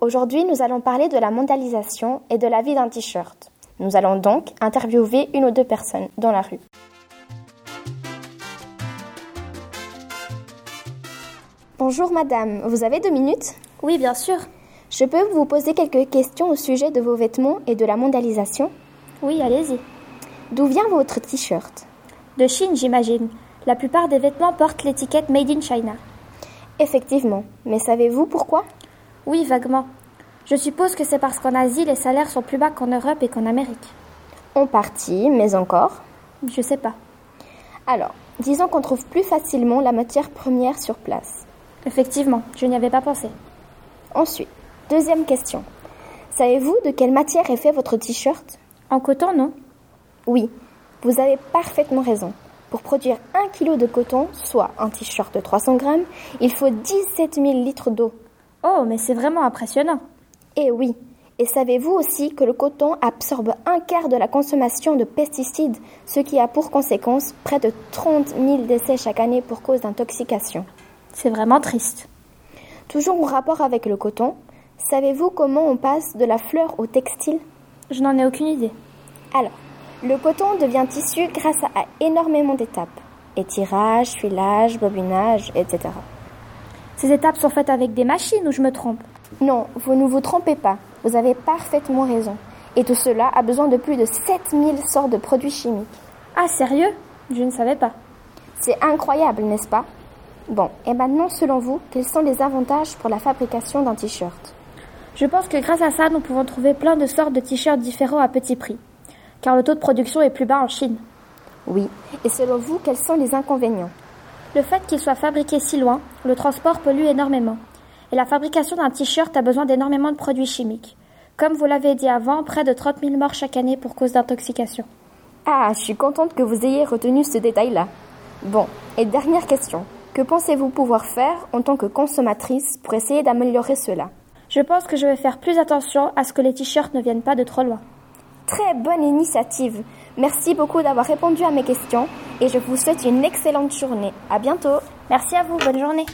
Aujourd'hui, nous allons parler de la mondialisation et de la vie d'un t-shirt. Nous allons donc interviewer une ou deux personnes dans la rue. Bonjour madame, vous avez deux minutes Oui, bien sûr. Je peux vous poser quelques questions au sujet de vos vêtements et de la mondialisation Oui, allez-y. D'où vient votre t-shirt De Chine, j'imagine. La plupart des vêtements portent l'étiquette Made in China. Effectivement, mais savez-vous pourquoi Oui, vaguement. Je suppose que c'est parce qu'en Asie, les salaires sont plus bas qu'en Europe et qu'en Amérique. En partie, mais encore. Je sais pas. Alors, disons qu'on trouve plus facilement la matière première sur place. Effectivement, je n'y avais pas pensé. Ensuite, deuxième question. Savez-vous de quelle matière est fait votre t-shirt En coton, non Oui, vous avez parfaitement raison. Pour produire 1 kg de coton, soit un t-shirt de 300 grammes, il faut 17 000 litres d'eau. Oh, mais c'est vraiment impressionnant. Eh oui, et savez-vous aussi que le coton absorbe un quart de la consommation de pesticides, ce qui a pour conséquence près de 30 000 décès chaque année pour cause d'intoxication C'est vraiment triste. Toujours en rapport avec le coton, savez-vous comment on passe de la fleur au textile Je n'en ai aucune idée. Alors, le coton devient tissu grâce à énormément d'étapes. Étirage, filage, bobinage, etc. Ces étapes sont faites avec des machines ou je me trompe Non, vous ne vous trompez pas, vous avez parfaitement raison. Et tout cela a besoin de plus de 7000 sortes de produits chimiques. Ah, sérieux Je ne savais pas. C'est incroyable, n'est-ce pas Bon, et maintenant, selon vous, quels sont les avantages pour la fabrication d'un t-shirt Je pense que grâce à ça, nous pouvons trouver plein de sortes de t-shirts différents à petit prix, car le taux de production est plus bas en Chine. Oui, et selon vous, quels sont les inconvénients Le fait qu'ils soient fabriqués si loin, le transport pollue énormément. Et la fabrication d'un t-shirt a besoin d'énormément de produits chimiques. Comme vous l'avez dit avant, près de 30 000 morts chaque année pour cause d'intoxication. Ah, je suis contente que vous ayez retenu ce détail-là. Bon, et dernière question. Que pensez-vous pouvoir faire en tant que consommatrice pour essayer d'améliorer cela Je pense que je vais faire plus attention à ce que les t-shirts ne viennent pas de trop loin. Très bonne initiative. Merci beaucoup d'avoir répondu à mes questions et je vous souhaite une excellente journée. À bientôt. Merci à vous, bonne journée.